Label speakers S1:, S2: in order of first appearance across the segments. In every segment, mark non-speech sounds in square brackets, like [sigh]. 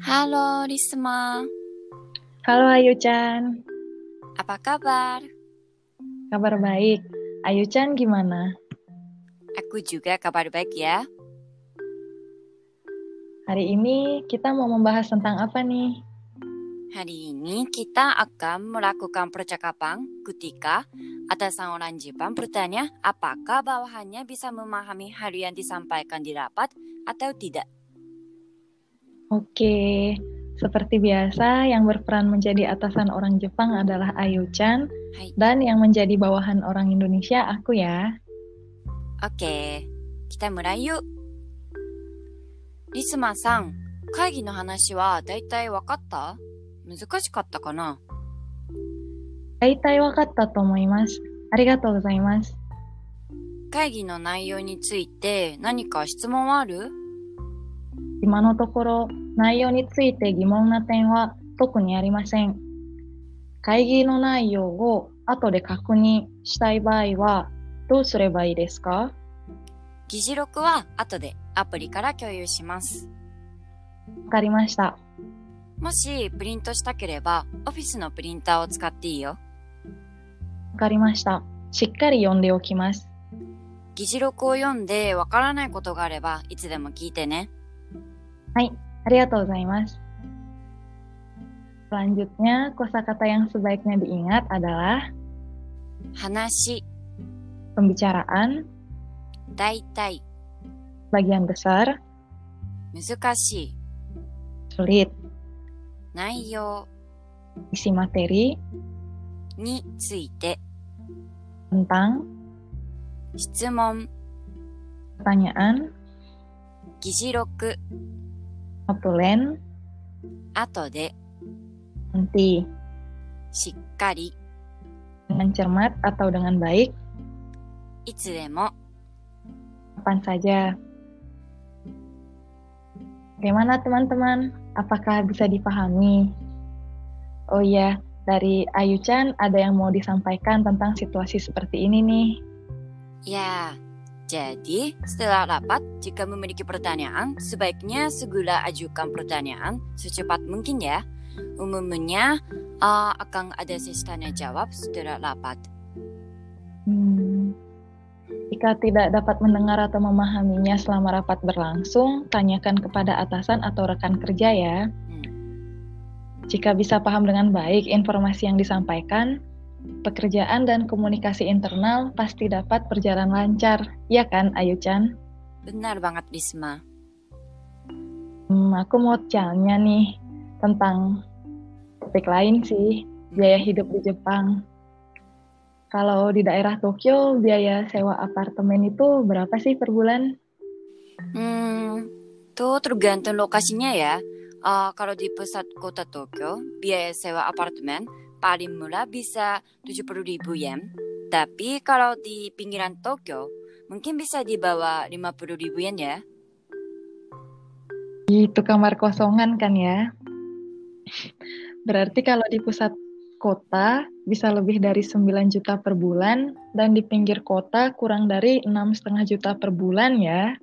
S1: ハロー、リスマー。
S2: Halo Ayu Chan,
S1: Apa kabar?
S2: kabar baik. Ayu Chan gimana?
S1: Aku juga kabar baik ya.
S2: Hari ini kita mau membahas tentang apa nih?
S1: Hari ini kita akan melakukan percakapan ketika atasan orang Jepang bertanya apakah bawahannya bisa memahami hal yang disampaikan di rapat atau tidak.
S2: Oke, seperti biasa yang berperan menjadi atasan orang Jepang adalah Ayu Chan
S1: Hai.
S2: dan yang menjadi bawahan orang Indonesia aku ya.
S1: Oke, kita mulai yuk. リスマさん、会議の話はだいたいわかった難しかったかな
S2: 大体わかったと思います。ありがとうございます。
S1: 会議の内容について何か質問はある
S2: 今のところ内容について疑問な点は特にありません。会議の内容を後で確認したい場合はどうすればいいですか
S1: 議事録は後でアプリから共有します。
S2: わかりました。
S1: もしプリントしたければ、オフィスのプリンターを使っていいよ。
S2: わかりました。しっかり読んでおきます。
S1: 議事録を読んでわからないことがあれば、いつでも聞いてね。
S2: ありがとうございます。Selanjutnya, kosakata yang sebaiknya diingat adalah
S1: 話、
S2: pembicaraan,
S1: 大体、
S2: bagian besar,
S1: 難しい、
S2: sulit,
S1: 内容
S2: isi materi,
S1: について、
S2: tentang,
S1: 質問、
S2: pertanyaan,
S1: 議事録、
S2: notulen,
S1: 後で、
S2: nanti,
S1: しっかり、
S2: dengan cermat atau dengan baik,
S1: いつでも、
S2: kapan saja. Bagaimana teman-teman? Apakah bisa dipahami? Oh iya, dari Ayu Chan ada yang mau disampaikan tentang situasi seperti ini nih.
S1: Ya, jadi setelah rapat, jika memiliki pertanyaan, sebaiknya segera ajukan pertanyaan secepat mungkin ya. Umumnya eh, akan ada sesi tanya jawab setelah rapat.
S2: Hmm, Jika tidak dapat mendengar atau memahaminya selama rapat berlangsung, tanyakan kepada atasan atau rekan kerja ya.
S1: Hmm.
S2: Jika bisa paham dengan baik informasi yang disampaikan, pekerjaan dan komunikasi internal pasti dapat berjalan lancar, ya kan Ayu Chan?
S1: Benar banget Risma.
S2: Hmm, aku mau tanya nih tentang topik lain sih, biaya hidup di Jepang. Kalau di daerah Tokyo, biaya sewa apartemen itu berapa sih per bulan?
S1: Hmm, tuh tergantung lokasinya ya. Eh, kalau di pusat kota Tokyo, biaya sewa apartemen paling murah bisa 70.000 yen. Tapi kalau di pinggiran Tokyo, mungkin bisa di bawah 50.000 yen ya.
S2: Itu kamar kosongan kan ya? Berarti kalau di pusat kota bisa lebih dari 9 juta per bulan dan di pinggir kota kurang dari 6,5 juta per bulan ya.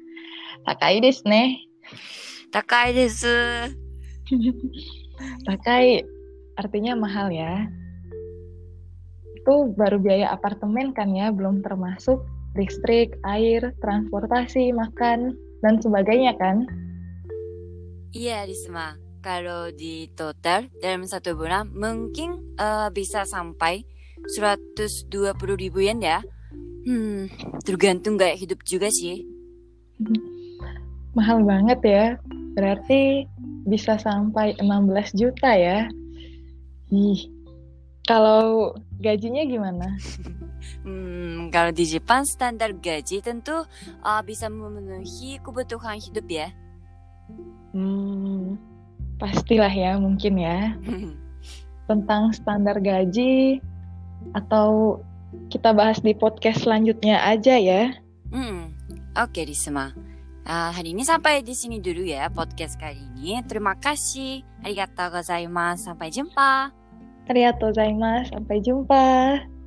S2: Takai desu ne.
S1: 高いです。
S2: Takai artinya mahal ya. Itu baru biaya apartemen kan ya, belum termasuk listrik, air, transportasi, makan, dan sebagainya kan.
S1: Iya, Risma. Kalau di total dalam satu bulan mungkin eh, bisa sampai 120 ribu yen ya. Hmm, tergantung gaya hidup juga sih.
S2: Mahal banget ya. Berarti bisa sampai 16 juta ya. Ih. Kalau gajinya gimana?
S1: Hmm, kalau di Jepang standar gaji tentu eh, bisa memenuhi kebutuhan hidup ya. [laughs]
S2: Hmm, pastilah ya mungkin ya.
S1: Hmm,
S2: Tentang standar gaji atau kita bahas di podcast selanjutnya aja ya.
S1: Hmm, oke Risma. Ah, hari ini sampai di sini dulu ya podcast kali ini. Terima kasih. Arigatou gozaimasu. Sampai jumpa.
S2: Arigatou gozaimasu. Sampai jumpa.